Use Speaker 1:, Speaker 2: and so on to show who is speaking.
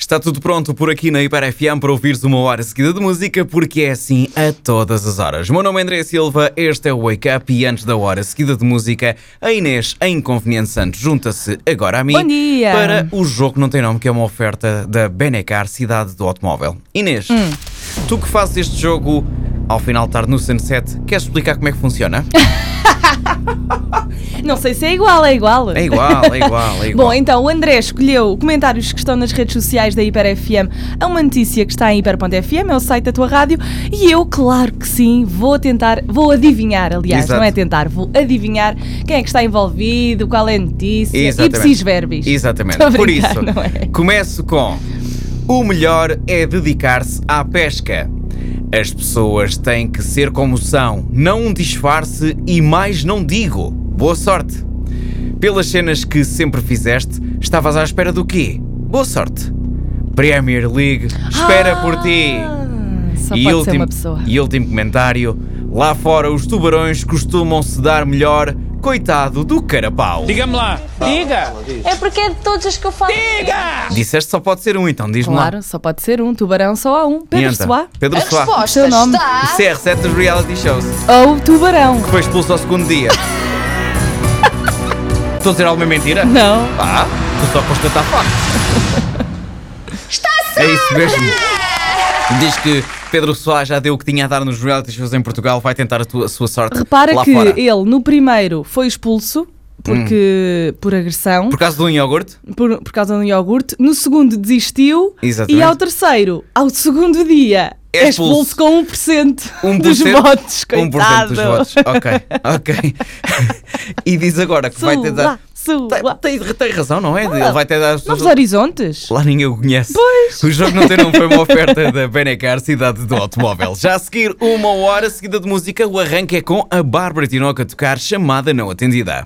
Speaker 1: Está tudo pronto por aqui na Hiper FM para ouvires uma hora seguida de música, porque é assim a todas as horas. O meu nome é André Silva, este é o Wake Up e antes da hora seguida de música, a Inês, a Inconveniente Santos, junta-se agora a mim
Speaker 2: Bom dia.
Speaker 1: para o jogo que não tem nome, que é uma oferta da Benecar Cidade do Automóvel. Inês,
Speaker 2: Hum.
Speaker 1: tu que fazes este jogo ao final de tarde no Sunset, queres explicar como é que funciona?
Speaker 2: Não sei se é igual, é igual.
Speaker 1: É igual, é igual, é igual.
Speaker 2: Bom, então o André escolheu comentários que estão nas redes sociais da Hiper FM a uma notícia que está em hiper.fm, é o site da tua rádio, e eu, claro que sim, vou tentar, vou adivinhar, aliás,
Speaker 1: Exato.
Speaker 2: não é tentar, vou adivinhar quem é que está envolvido, qual é a notícia,
Speaker 1: Exatamente.
Speaker 2: ipsis verbis.
Speaker 1: Exatamente.
Speaker 2: Estou a
Speaker 1: Por
Speaker 2: brincar,
Speaker 1: isso,
Speaker 2: não é?
Speaker 1: começo com: o melhor é dedicar-se à pesca. As pessoas têm que ser como são, não um disfarce e mais não digo. Boa sorte. Pelas cenas que sempre fizeste, estavas à espera do quê? Boa sorte. Premier League espera por ti.
Speaker 2: Ah, Só pode ser uma pessoa.
Speaker 1: E último comentário: lá fora os tubarões costumam se dar melhor, coitado do carapau.
Speaker 3: Diga-me lá. Diga.
Speaker 4: É porque é de todos os que eu falo.
Speaker 1: Disseste só pode ser um, então diz-me lá.
Speaker 2: Claro, só pode ser um, tubarão só há um. Pedro
Speaker 1: Entra.
Speaker 2: Soá,
Speaker 1: Pedro
Speaker 4: A
Speaker 1: Soá.
Speaker 4: resposta
Speaker 2: Seu nome.
Speaker 1: O
Speaker 4: está.
Speaker 1: CR7 dos reality shows.
Speaker 2: ou tubarão.
Speaker 1: Foi expulso ao segundo dia. Estou a dizer alguma mentira?
Speaker 2: Não.
Speaker 1: Ah, tu só constatar factos. Está certo! É isso mesmo. Diz que Pedro Soá já deu o que tinha a dar nos reality shows em Portugal, vai tentar a, tua- a sua sorte
Speaker 2: Repara
Speaker 1: lá
Speaker 2: que
Speaker 1: fora.
Speaker 2: ele no primeiro foi expulso porque por agressão,
Speaker 1: Hum. Por causa de um iogurte?
Speaker 2: por, por causa do iogurte, no segundo desistiu
Speaker 1: Exatamente.
Speaker 2: e ao terceiro, ao segundo dia,
Speaker 1: É
Speaker 2: é expulso, com 1%
Speaker 1: 1%
Speaker 2: dos votos,
Speaker 1: 1%
Speaker 2: coitado.
Speaker 1: dos votos. Ok, ok. e diz agora que vai tentar.
Speaker 2: Sua,
Speaker 1: Tem,
Speaker 2: sua.
Speaker 1: tem- tem razão, não é?
Speaker 2: Ah,
Speaker 1: Ele vai tentar. as
Speaker 2: Novos
Speaker 1: pessoas-
Speaker 2: horizontes?
Speaker 1: Lá ninguém o conhece. Pois. O jogo não tem nome foi uma oferta da Benecar, cidade do automóvel. Já a seguir, uma hora seguida de música, o arranque é com a Bárbara Tinoca a tocar chamada não atendida.